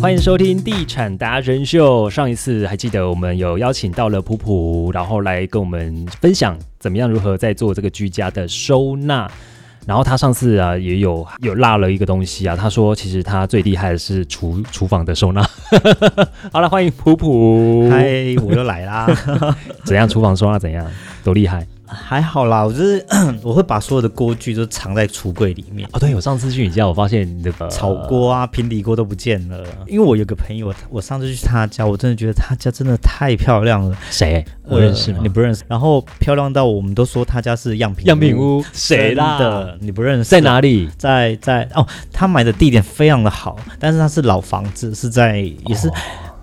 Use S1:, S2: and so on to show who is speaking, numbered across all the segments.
S1: 欢迎收听《地产达人秀》。上一次还记得我们有邀请到了普普，然后来跟我们分享怎么样如何在做这个居家的收纳。然后他上次啊也有有落了一个东西啊，他说其实他最厉害的是厨厨房的收 纳。好了，欢迎普普。
S2: 嗨，我又来啦，
S1: 怎样厨房收纳怎样，多厉害
S2: 还好啦，我就是 我会把所有的锅具都藏在橱柜里面，
S1: 哦！对，我上次去你家，我发现你的、呃
S2: 炒锅啊、平底锅都不见了。因为我有个朋友，我上次去他家，我真的觉得他家真的太漂亮了，
S1: 谁？我认识吗？
S2: 呃你不认识？然后漂亮到我们都说他家是样品
S1: 样品，屋谁啦？
S2: 真的，你不认识？
S1: 在哪里？
S2: 在在哦，他买的地点非常的好，但是他是老房子，是在也
S1: 哦
S2: 是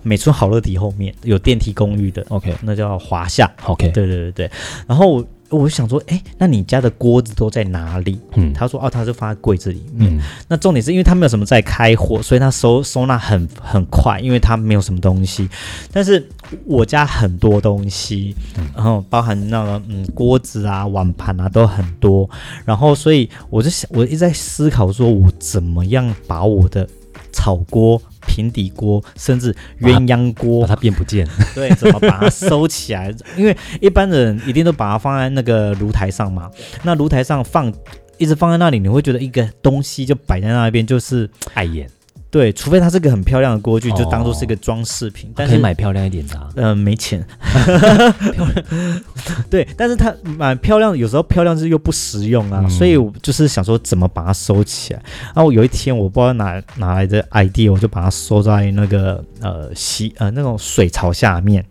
S2: 美村好乐迪后面有电梯公寓的，
S1: OK
S2: 那叫华夏。
S1: OK，
S2: 对对对对，然后我我就想说，哎，那你家的锅子都在哪里？
S1: 嗯
S2: 他说哦，他就放在柜子里面。
S1: 嗯，
S2: 那重点是因为他没有什么在开火，所以他收收纳很很快，因为他没有什么东西。但是我家很多东西，然后包含那个嗯锅子啊、碗盘啊都很多。然后所以我就想，我一直在思考，说我怎么样把我的炒锅。平底锅，甚至鸳鸯锅
S1: 把，它变不见。
S2: 对，怎么把它收起来？因为一般人一定都把它放在那个炉台上嘛。那炉台上放，一直放在那里，你会觉得一个东西就摆在那边，就是
S1: 碍眼，
S2: 对，除非它是个很漂亮的锅具，
S1: 哦
S2: 就当做是一个装饰品。但
S1: 可
S2: 是
S1: 以买漂亮一点的、啊。
S2: 呃，没 钱。对，但是它蛮漂亮，有时候漂亮是又不实用啊，
S1: 嗯
S2: 所以我就是想说怎么把它收起来。然后我有一天我不知道哪哪来的 idea，我就把它收在那个呃洗呃那种水槽下面。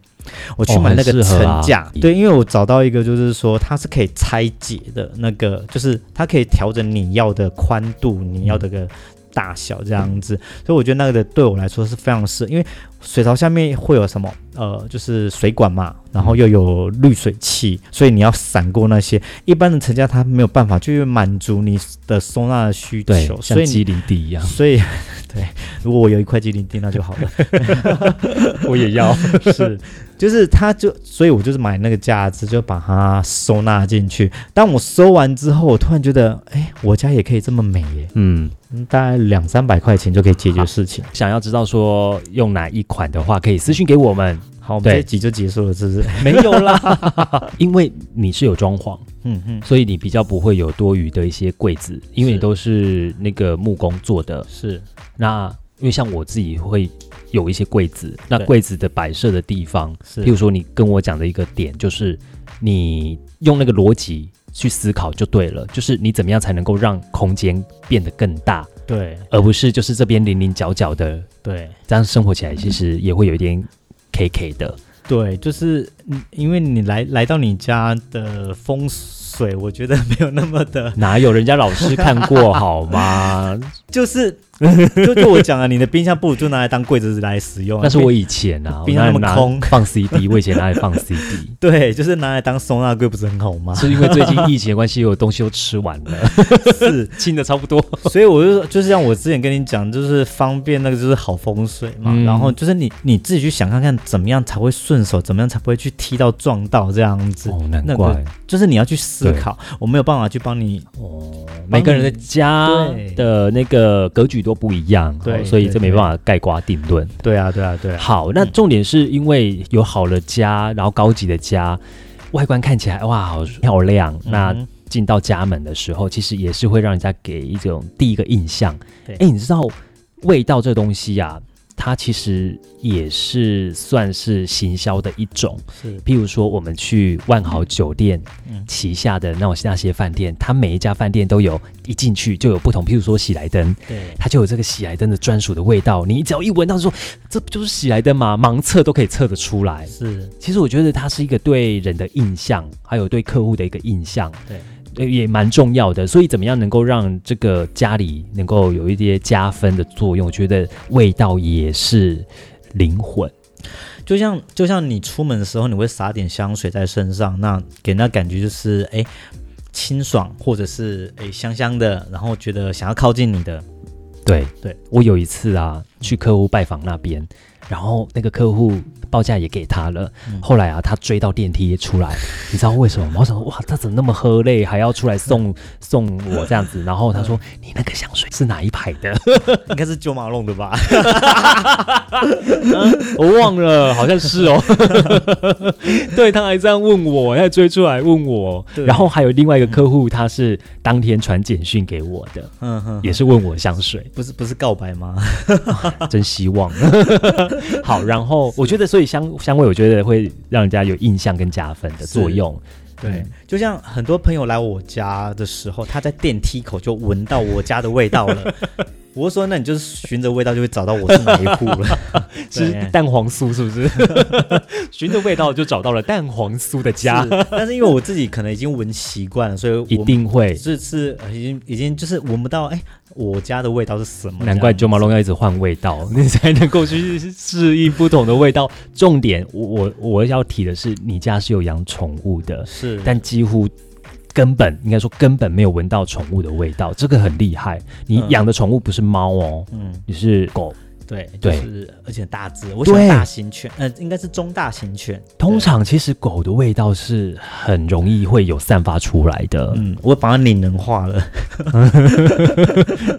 S2: 我去
S1: 哦
S2: 买
S1: 很
S2: 那个
S1: 适合啊
S2: 层架，对，因为我找到一个，就是说它是可以拆解的那个，就是它可以调整你要的宽度，你要的
S1: 嗯
S2: 个大小这样子，所以我觉得那个的对我来说是非常适合，因为水槽下面会有什么？呃，就是水管嘛，然后又有滤水器，所以你要闪过那些一般的成家，它没有办法去满足你的收纳的需
S1: 对
S2: 求，，所
S1: 像
S2: 以你
S1: 机灵地一 样，
S2: 所以对，如果我有一块机灵地，那就好了。
S1: 我也 要。
S2: 是，就是它就，所以我就是买那个架子，就把它收纳进去。当我收完之后，我突然觉得，哎，我家也可以这么美耶，
S1: 嗯，
S2: 嗯大概两三百块钱就可以解决事情。
S1: 想要知道说用哪一款的话，可以私信给我 们。
S2: 好，我们
S1: 对
S2: 这一集就结束了，是不是？
S1: 没有啦， 因为你是有装潢，
S2: 嗯嗯，
S1: 所以你比较不会有多余的一些柜子，因为
S2: 是
S1: 你都是那个木工做的。
S2: 是
S1: 那因为像我自己会有一些柜子，那
S2: 对
S1: 柜子的摆设的地方，
S2: 是
S1: 譬如说你跟我讲的一个点，就是你用那个逻辑去思考就对了，就是你怎么样才能够让空间变得更大，
S2: 对
S1: 而不是就是这边零零角角的，
S2: 对
S1: 这样生活起来其实也会有一点 K K 的。
S2: 对，就是嗯因为你来来到你家的风水，我觉得没有那么的，
S1: 哪有人家老师看过好吗？
S2: 就是就就我讲了，你的冰箱不如就拿来当柜子来使用啊。
S1: 那是我以前啊，
S2: 冰箱那么
S1: 我拿
S2: 空
S1: 放 CD，我以前拿来放 CD，
S2: 对，就是拿来当收纳柜，不是很好吗？
S1: 是因为最近疫情的关系，我东西都吃完了，
S2: 是，
S1: 清的差不多。
S2: 所以我就说就是像我之前跟你讲，就是方便那个就是好风水嘛，
S1: 嗯
S2: 然后就是你你自己去想看看怎么样才会顺手，怎么样才不会去踢到撞到这样子，
S1: 哦，难
S2: 那个
S1: 怪
S2: 就是你要去思考，我没有办法去帮你
S1: 哦，每个人的家
S2: 对
S1: 的那个格局都不一样，
S2: 对
S1: 哦所以
S2: 对
S1: 这没办法盖瓜定论。
S2: 对啊，对啊，对啊，
S1: 好，那重点是因为有好的家，然后高级的家，外观看起来哇好漂亮，那
S2: 嗯
S1: 进到家门的时候，其实也是会让人家给一种第一个印象。
S2: 对
S1: 哎、你知道味道这东西啊，它其实也是算是行销的一种。
S2: 是
S1: 譬如说，我们去万豪酒店
S2: 嗯
S1: 旗下的那种那些饭店，它每一家饭店都有一进去就有不同，譬如说喜来登，
S2: 对
S1: 它就有这个喜来登的专属的味道。你只要一闻到说，这不就是喜来登吗？盲测都可以测得出来。
S2: 是，
S1: 其实我觉得它是一个对人的印象，还有对客户的一个印象，
S2: 对
S1: 呃也蛮重要的。所以怎么样能够让这个家里能够有一些加分的作用？我觉得味道也是灵魂。
S2: 就像就像你出门的时候，你会撒点香水在身上，那给人家感觉就是哎清爽，或者是哎香香的，然后觉得想要靠近你的，
S1: 对
S2: 对，
S1: 我有一次啊去客户拜访那边，然后那个客户报价也给他了。
S2: 嗯
S1: 后来啊，他追到电梯出来，你知道为什么吗？我想说，哇，他怎么那么喝累，还要出来 送送我这样子？然后他说，你那个香水是哪一排的？
S2: 应该是九马弄的吧？
S1: 我忘了，好像是哦。 对他还这样问我，还追出来问我。
S2: 对
S1: 然后还有另外一个客户，他是当天传简讯给我的，
S2: 嗯哼，
S1: 也是问我香水，
S2: 不是不是告白吗？
S1: 真希望。 好，然后我觉得，所以香香味，我觉得会让人家有印象跟加分的作用。
S2: 对，就像很多朋友来我家的时候，他在电梯口就闻到我家的味道 了。我是说，那你就是循着味道就会找到我是哪一户了。
S1: 是
S2: 对
S1: 蛋黄酥是不是？ 循着味道就找到了蛋黄酥的家
S2: 是，但是因为我自己可能已经闻习惯了，所以我
S1: 一定会。
S2: 这次呃已经已经就是闻不到，哎，我家的味道是什么？
S1: 难怪
S2: 这
S1: 九
S2: 样
S1: 毛龙要一直换味道， 你才能够去适应不同的味道。重点，我我我要提的是，你家是有养宠物的，
S2: 是，
S1: 但几乎根本应该说根本没有闻到宠物的味道，这个很厉害。你
S2: 嗯
S1: 养的宠物不是猫哦，
S2: 嗯，
S1: 你是狗。
S2: 对，就
S1: 对
S2: 是而且大只，我喜欢
S1: 对
S2: 大型犬，呃，应该是中大型犬。
S1: 通
S2: 对，
S1: 常其实狗的味道是很容易会有散发出来的，
S2: 嗯，我把它拟人化了。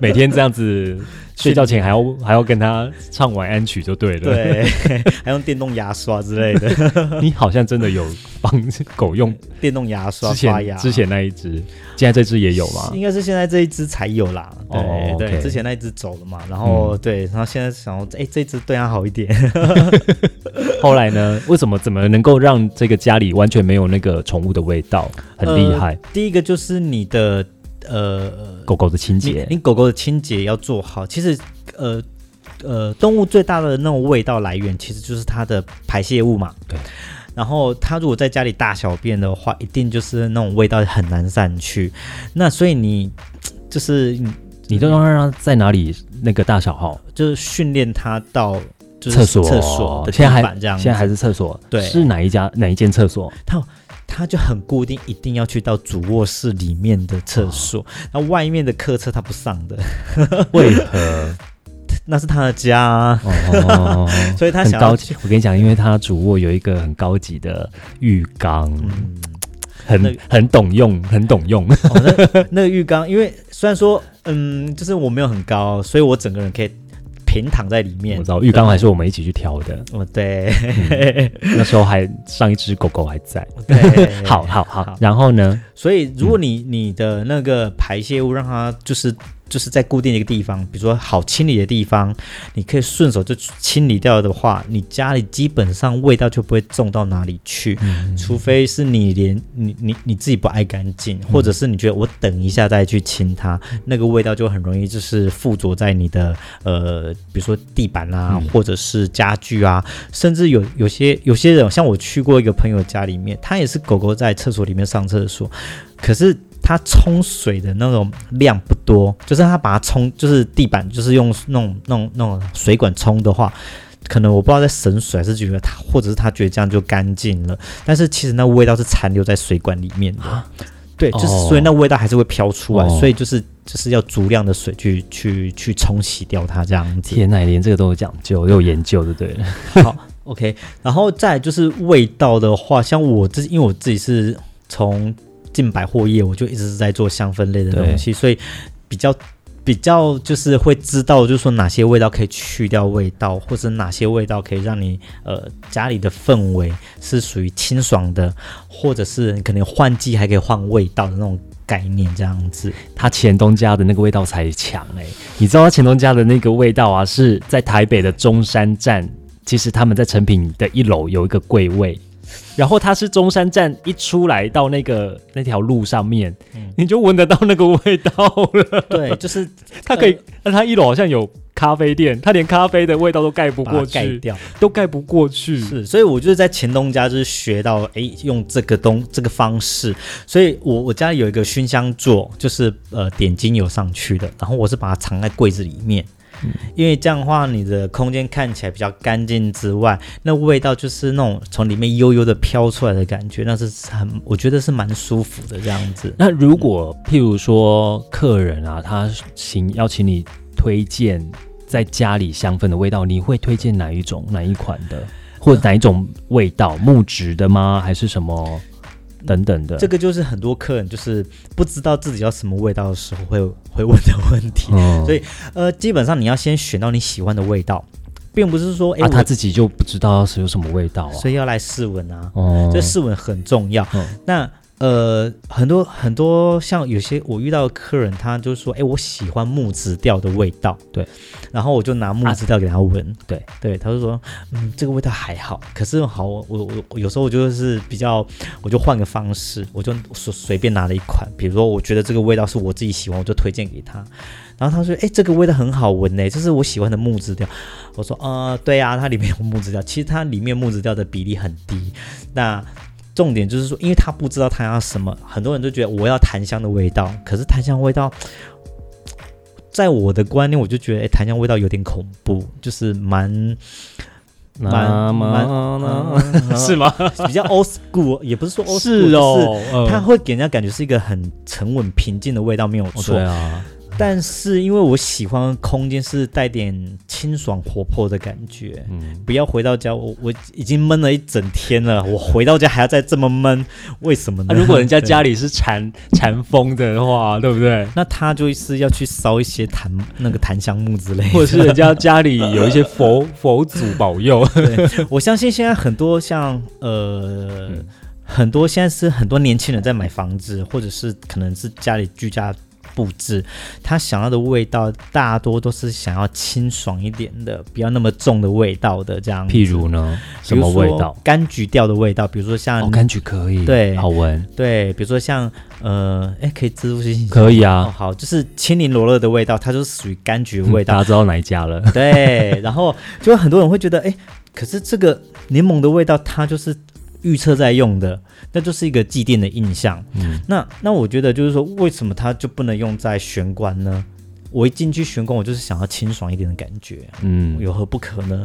S1: 每天这样子睡觉前还要 还要跟它唱晚安曲就对了。，
S2: 对， 还用电动牙刷之类 的，
S1: 你好像真的有帮狗 用
S2: 电动牙刷
S1: 之
S2: 刷
S1: 前
S2: 牙。
S1: 之前那一只，现在这只也有吗
S2: 应？该是现在这一只才有啦。对、
S1: 哦
S2: 对
S1: OK
S2: 之前那一只走了嘛，然后、对，然后现在想要，哎、这只对它好一点。
S1: 后来呢？为什么怎么能够让这个家里完全没有那个宠物的味道？很
S2: 呃
S1: 厉害，
S2: 第一个就是你的呃，
S1: 狗狗的清洁
S2: 你你狗狗的清洁要做好。其实呃呃，动物最大的那种味道来源其实就是它的排泄物嘛。
S1: 对。
S2: 然后它如果在家里大小便的话，一定就是那种味道很难散去。那所以你就是你
S1: 你都要让它在哪里那个大小号？
S2: 就是训练它到就是
S1: 厕所，
S2: 厕所的
S1: 现在
S2: 地
S1: 还
S2: 板这样子，
S1: 现在还是厕所，
S2: 对
S1: 是哪一家哪一间厕所？
S2: 他就很固定，一定要去到主卧室里面的厕
S1: 哦
S2: 所，那、外面的客车他不上的，
S1: 为何？
S2: 那是他的家、啊，
S1: 哦，
S2: 所以他
S1: 很
S2: 想
S1: 高
S2: 要，
S1: 级。我跟你讲，因为它主卧有一个很高级的浴缸，
S2: 嗯，那
S1: 很
S2: 个
S1: 很懂用，很懂用。
S2: 哦、那那个浴缸，因为虽然说，嗯，就是我没有很高，所以我整个人可以平躺在里面
S1: 我知。道浴缸还是我们一起去挑的，
S2: 哦， 对，
S1: 那时候还上一只狗狗还在。
S2: 对，
S1: 好好好
S2: 好，
S1: 然后呢？
S2: 所以如果你你的那个排泄物让它就是就是在固定的一个地方，比如说好清理的地方，你可以顺手就清理掉的话，你家里基本上味道就不会重到哪里去，
S1: 嗯
S2: 除非是你连你你你自己不爱干净，
S1: 嗯
S2: 或者是你觉得我等一下再去清它，那个味道就很容易就是附着在你的呃，比如说地板啊，
S1: 嗯
S2: 或者是家具啊，甚至有有些有些人，像我去过一个朋友家里面，他也是狗狗在厕所里面上厕所，可是他冲水的那种量不多，就是他把它冲，就是地板就是用那种那种那种水管冲的话。可能我不知道在省水，还是觉得他，或者是他觉得这样就干净了，但是其实那味道是残留在水管里面的，对，就是
S1: 哦
S2: 所以那味道还是会飘出来，
S1: 哦
S2: 所以就是就是要足量的水去去去冲洗掉它这样子。
S1: 天哪，连这个都有讲究，又有研究，对不对了？
S2: 好，OK，然后再来就是味道的话，像我自己，因为我自己是从进百货业，我就一直是在做香氛类的东西，所以比较比较就是会知道，就是说哪些味道可以去掉味道，或者哪些味道可以让你呃家里的氛围是属于清爽的，或者是你可能换季还可以换味道的那种概念这样 子。
S1: 他前东家的那个味道才强哎、你知道他前东家的那个味道啊，是在台北的中山站，其实他们在成品的一楼有一个柜位。然后它是中山站一出来到那个那条路上面，
S2: 嗯
S1: 你就闻得到那个味道 了。
S2: 对，就是
S1: 它可以，那它一楼好像有咖啡店，它连咖啡的味道都盖不
S2: 把它
S1: 过
S2: 盖
S1: 去，
S2: 掉。
S1: 都盖不过去。
S2: 是，所以我就是在前东家就是学到，诶，用这个东这个方式，所以我我家里有一个熏香座，就是呃点精油上去的，然后我是把它藏在柜子里面。因为这样的话，你的空间看起来比较干净之外，那味道就是那种从里面悠悠的飘出来的感觉，那是很我觉得是蛮舒服的这样子。
S1: 那如果譬如说客人啊，他请要请你推荐在家里香氛的味道，你会推荐哪一种、哪一款的，或哪一种味道？木质的吗？还是什么等等的？
S2: 这个就是很多客人就是不知道自己要什么味道的时候会会问的问题。
S1: 嗯
S2: 所以呃，基本上你要先选到你喜欢的味道，并不是说哎、
S1: 啊，
S2: 我
S1: 他自己就不知道是有什么味道啊。
S2: 所以要来试闻啊。
S1: 哦，
S2: 这试闻很重要。
S1: 嗯
S2: 那呃，很多很多像有些我遇到的客人，他就说：“哎，我喜欢木质调的味道。”
S1: 对，
S2: 然后我就拿木质调给他闻。
S1: 对
S2: 对，他就说：“嗯，这个味道还好。”可是嗯好，我我我有时候我就是比较，我就换个方式，我就随随便拿了一款，比如说我觉得这个味道是我自己喜欢，我就推荐给他。然后他说：“哎，这个味道很好闻呢，这是我喜欢的木质调。”我说：“呃，对啊，它里面有木质调，其实它里面木质调的比例很低。那重点就是说，因为他不知道他要什么，很多人都觉得我要檀香的味道，可是檀香味道，在我的观念，我就觉得，哎、檀香味道有点恐怖，就是蛮
S1: 那
S2: 蛮
S1: 么 是吗？
S2: 比较 old school，也不是说 old school，
S1: 嗯是哦，
S2: 就
S1: 嗯
S2: 是它会给人家感觉是一个很沉稳平静的味道，没有
S1: 哦
S2: 错。
S1: 对啊，
S2: 但是因为我喜欢空间是带点清爽活泼的感觉，
S1: 嗯，
S2: 不要回到家，我我已经闷了一整天了，我回到家还要再这么闷，为什么呢？
S1: 啊，如果 人家
S2: 对
S1: 家里是禅禅风的话，对不对？
S2: 那他就是要去烧一些檀那个檀香木之 类
S1: 或者是
S2: 的。
S1: 人家家里有一些佛佛祖保佑，
S2: 我相信现在很多像呃。很多现在是很多年轻人在买房子，或者是可能是家里居家布置，他想要的味道大多都是想要清爽一点的，不要那么重的味道的这样 子。
S1: 譬如呢，什么味道？？
S2: 柑橘调的味道，比如说像、
S1: 哦，柑橘可以，
S2: 对
S1: 好闻，
S2: 对，比如说像呃，哎，可以植入性
S1: 哦可以
S2: 哦，
S1: 啊，
S2: 好，就是青柠罗勒的味道，它就是属于柑橘的味
S1: 嗯
S2: 道
S1: 大。家知道哪一家 了？
S2: 对，然后就很多人会觉得，哎，可是这个柠檬的味道，它就是预测在用的，那就是一个祭奠的印象。
S1: 嗯，
S2: 那那我觉得就是说，为什么它就不能用在玄关呢？我一进去玄关，我就是想要清爽一点的感觉，
S1: 嗯，
S2: 有何不可呢？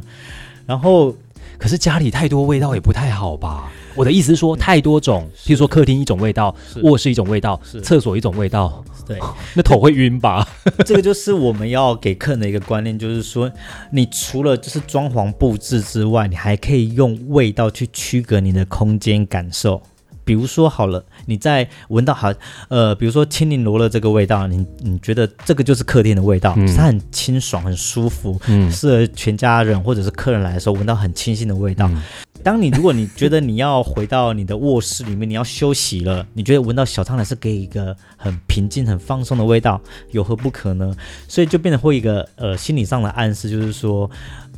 S2: 然后
S1: 可是家里太多味道也不太好吧？我的意思是说，太多种，譬如说客厅一种味道，
S2: 是
S1: 卧室一种味道
S2: 是，
S1: 厕所一种味道，
S2: 对，
S1: 那头会晕吧？
S2: 这个就是我们要给客人的一个观念，就是说，你除了就是装潢布置之外，你还可以用味道去区隔你的空间感受。比如说好了，你在闻到好，呃，比如说青柠罗勒这个味道，你你觉得这个就是客厅的味道，
S1: 嗯
S2: 就是它很清爽、很舒服，
S1: 嗯
S2: 适合全家人或者是客人来的时候闻到很清新的味道。
S1: 嗯
S2: 当你如果你觉得你要回到你的卧室里面，你要休息了，你觉得闻到小苍兰是给一个很平静、很放松的味道，有何不可呢？所以就变得会一个呃心理上的暗示，就是说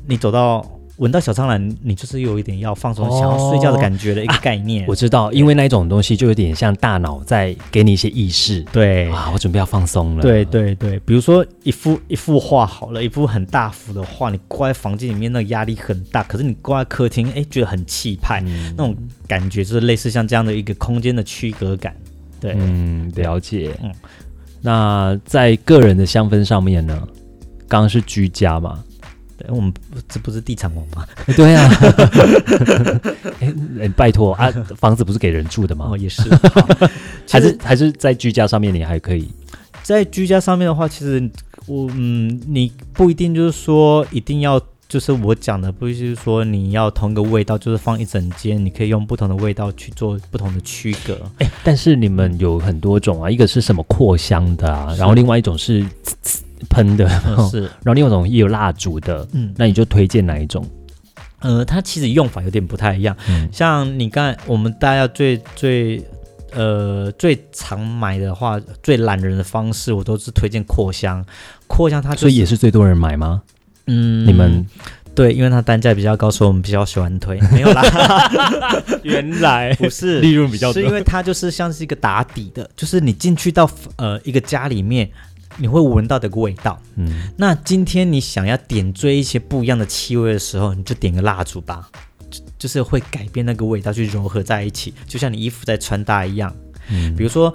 S2: 你走到闻到小苍兰，你就是有一点要放松、
S1: 哦
S2: 想要睡觉的感觉的一个概念。
S1: 我知道，因为那一种东西就有点像大脑在给你一些意识
S2: 对。
S1: 啊，我准备要放松了。
S2: 对对对，比如说一幅一幅画好了，一幅很大幅的画，你关在房间里面，那个压力很大。可是你关在客厅，哎，觉得很气派，
S1: 嗯
S2: 那种感觉就是类似像这样的一个空间的区隔感。对，
S1: 嗯，了解。
S2: 嗯
S1: 那在个人的香氛上面呢，刚刚是居家 嘛？
S2: 对我们不这不是地产王吗？
S1: 诶对啊。 诶诶拜托啊，房子不是给人住的吗
S2: 哦，？也是。
S1: 还
S2: 还
S1: 是
S2: 是
S1: 还是在居家上面你还可以？
S2: 在居家上面的话，其实我嗯，你不一定就是说一定要。就是我讲的，不是说你要同一个味道，就是放一整间，你可以用不同的味道去做不同的区隔。
S1: 诶，但是你们有很多种啊，一个是什么扩香的啊，
S2: 是
S1: 然后另外一种是呲呲喷的，
S2: 嗯、是，
S1: 然后另外一种也有蜡烛的。
S2: 嗯，
S1: 那你就推荐哪一种？
S2: 呃，它其实用法有点不太一样。
S1: 嗯
S2: 像你刚才我们大家最最呃最常买的话，最懒人的方式，我都是推荐扩香。扩香它就
S1: 所
S2: 是
S1: 以也是最多人买吗？
S2: 嗯，
S1: 你们
S2: 对，因为它单价比较高，所以我们比较喜欢推。没 有啦，
S1: 原 来
S2: 不是
S1: 利润比较多
S2: 是因为它就是像是一个打底的，就是你进去到呃一个家里面，你会闻到的味道。
S1: 嗯，
S2: 那今天你想要点缀一些不一样的气味的时候，你就点个蜡烛吧，就就是会改变那个味道，去融合在一起，就像你衣服在穿搭一样。
S1: 嗯
S2: 比如说，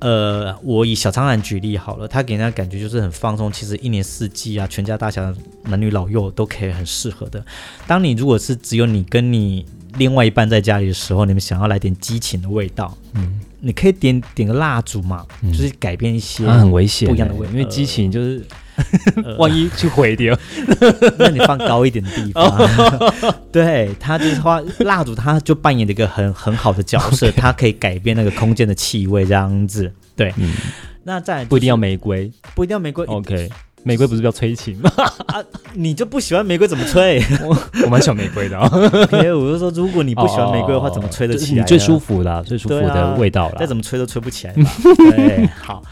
S2: 呃，我以小苍兰举例好了，它给人家感觉就是很放松，其实一年四季啊，全家大小、男女老幼都可以很适合的。当你如果是只有你跟你另外一半在家里的时候，你们想要来点激情的味道，
S1: 嗯
S2: 你可以点点个蜡烛嘛，
S1: 嗯
S2: 就是改变一 些。
S1: 那很危险欸、
S2: 不一样的味
S1: 因为激情就是
S2: 呃
S1: 万一去毁掉，
S2: 那你放高一点的地方， 对他就是画蜡烛，他就扮演了一个很很好的角 色，他可以改变那个空间的气味这样子。对，
S1: 嗯
S2: 那再来就是
S1: 不一定要玫瑰。
S2: 不一定要玫瑰
S1: OK，玫瑰不是要催情吗？
S2: 你就不喜欢玫瑰怎么吹
S1: 我蛮喜欢玫瑰的、 哦，
S2: ？OK，我就说如果你不喜欢玫瑰的话，怎么吹得
S1: 就是
S2: 起来呢？
S1: 你最舒服啦，最舒服
S2: 对啊
S1: 的味道啦。
S2: 再怎么吹都吹不起来吧。对，好。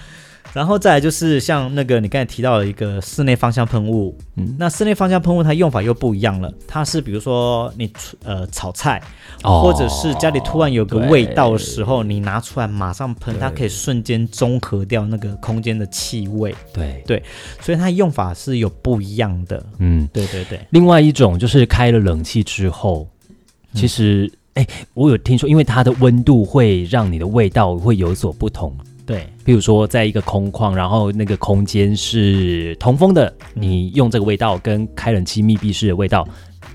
S2: 然后再来就是像那个你刚才提到的一个室内芳香喷雾，
S1: 嗯
S2: 那室内芳香喷雾它用法又不一样了，它是比如说你出呃炒菜，
S1: 哦
S2: 或者是家里突然有个味道的时候，
S1: 对
S2: 你拿出来马上喷，
S1: 对
S2: 它可以瞬间中和掉那个空间的气味，
S1: 对，
S2: 所以它用法是有不一样的。
S1: 嗯，
S2: 对对对，
S1: 另外一种就是开了冷气之后，其实哎、我有听说，因为它的温度会让你的味道会有所不同。
S2: 对，
S1: 比如说，在一个空旷，然后那个空间是通风的，
S2: 嗯
S1: 你用这个味道跟开冷气密闭式的味道，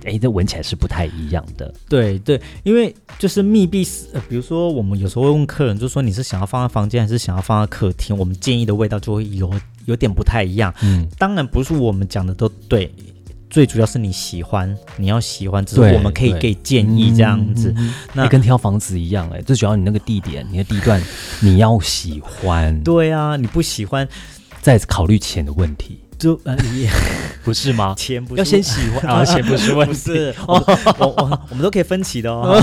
S1: 哎，这闻起来是不太一样的。
S2: 对对，因为就是密闭式，呃，比如说我们有时候会问客人，就说你是想要放在房间还是想要放在客厅，我们建议的味道就会有有点不太一样。
S1: 嗯，
S2: 当然不是我们讲的都对，最主要是你喜欢，你要喜欢，只是我们可以
S1: 对
S2: 给建议这样子。那
S1: 嗯那、诶跟挑房子一样、诶哎，最主要你那个地点、你的地段，你要喜欢，
S2: 对啊，你不喜欢
S1: 再考虑钱的问题，
S2: 就呃，也？
S1: 不是吗
S2: 钱不是
S1: 要先喜欢啊，钱不是问
S2: 不
S1: 题。
S2: 是，我们我我我们都可以分期的 哦。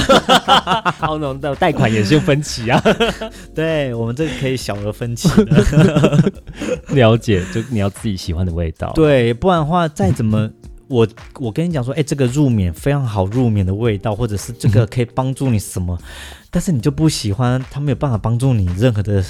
S1: 哦，那那贷款也是分期啊。
S2: 对，我们这个可以小额分期的。
S1: 了解，就你要自己喜欢的味道。，
S2: 对，不然的话，再怎么。我我跟你讲说，哎、这个入眠非常好，入眠的味道，或者是这个可以帮助你什么，但是你就不喜欢，它没有办法帮助你任何的、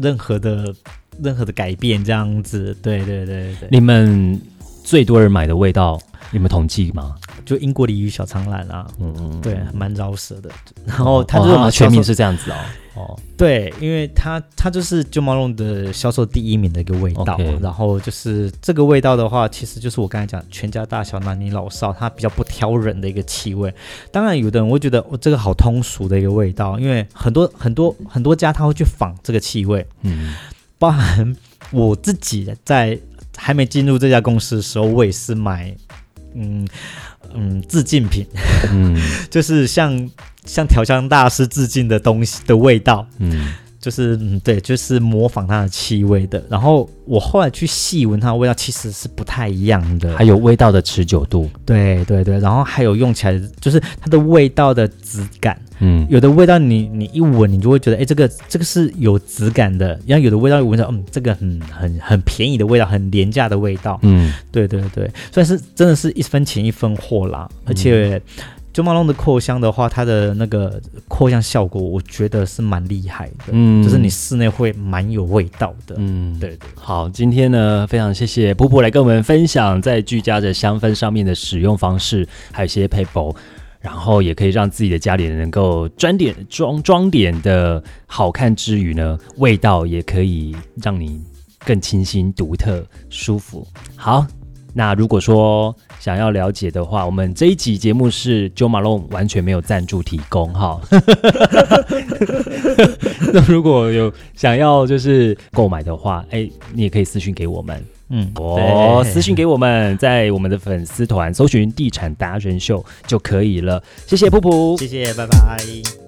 S2: 任何的、任何的改变，这样子。对对对对对，
S1: 你们最多人买的味道，你们统计吗？
S2: 就英国鲤鱼小苍兰啊，
S1: 嗯嗯，
S2: 对，蛮饶舌的。然后它就是
S1: 哦
S2: 我们
S1: 全
S2: 销售
S1: 名是这样子哦。哦，
S2: 对，因为它它就是九毛龙的销售第一名的一个味道
S1: OK
S2: 然后就是这个味道的话，其实就是我刚才讲全家大小男女老少，它比较不挑人的一个气味。当然，有的人会觉得哦，这个好通俗的一个味道，因为很多很多很多家他会去仿这个气味，
S1: 嗯，
S2: 包含我自己在还没进入这家公司的时候，我也是买嗯嗯自进品，
S1: 嗯
S2: 就是像像调香大师致敬的东西的味道。
S1: 嗯，
S2: 就是嗯，对，就是模仿它的气味的。然后我后来去细闻它的味道，其实是不太一样的。
S1: 还有味道的持久度，
S2: 对对对，然后还有用起来的，就是它的味道的质感。
S1: 嗯，
S2: 有的味道你你一闻，你就会觉得，哎，这个这个是有质感的。然后有的味道闻着，嗯，这个很很很便宜的味道，很廉价的味道。
S1: 嗯，
S2: 对对对，算是真的是一分钱一分货啦。而且九马龙的扩香的话，它的那个扩香效果，我觉得是蛮厉害的。
S1: 嗯
S2: 就是你室内会蛮有味道的。
S1: 嗯，
S2: 对对，
S1: 好，今天呢，非常谢谢婆婆来跟我们分享在居家的香氛上面的使用方式，还有一些配博，然后也可以让自己的家里能够装点装装点的好看之余呢，味道也可以让你更清新、独特、舒服。好，那如果说想要了解的话，我们这一集节目是 Jo Malone 完全没有赞助提供哈。 那如果有想要就是购买的话，哎，你也可以私讯给我们
S2: 嗯，
S1: 哦，
S2: 对
S1: 私讯给我们，在我们的粉丝团搜寻“地产达人秀”就可以了。谢谢噗噗，
S2: 谢谢，拜拜。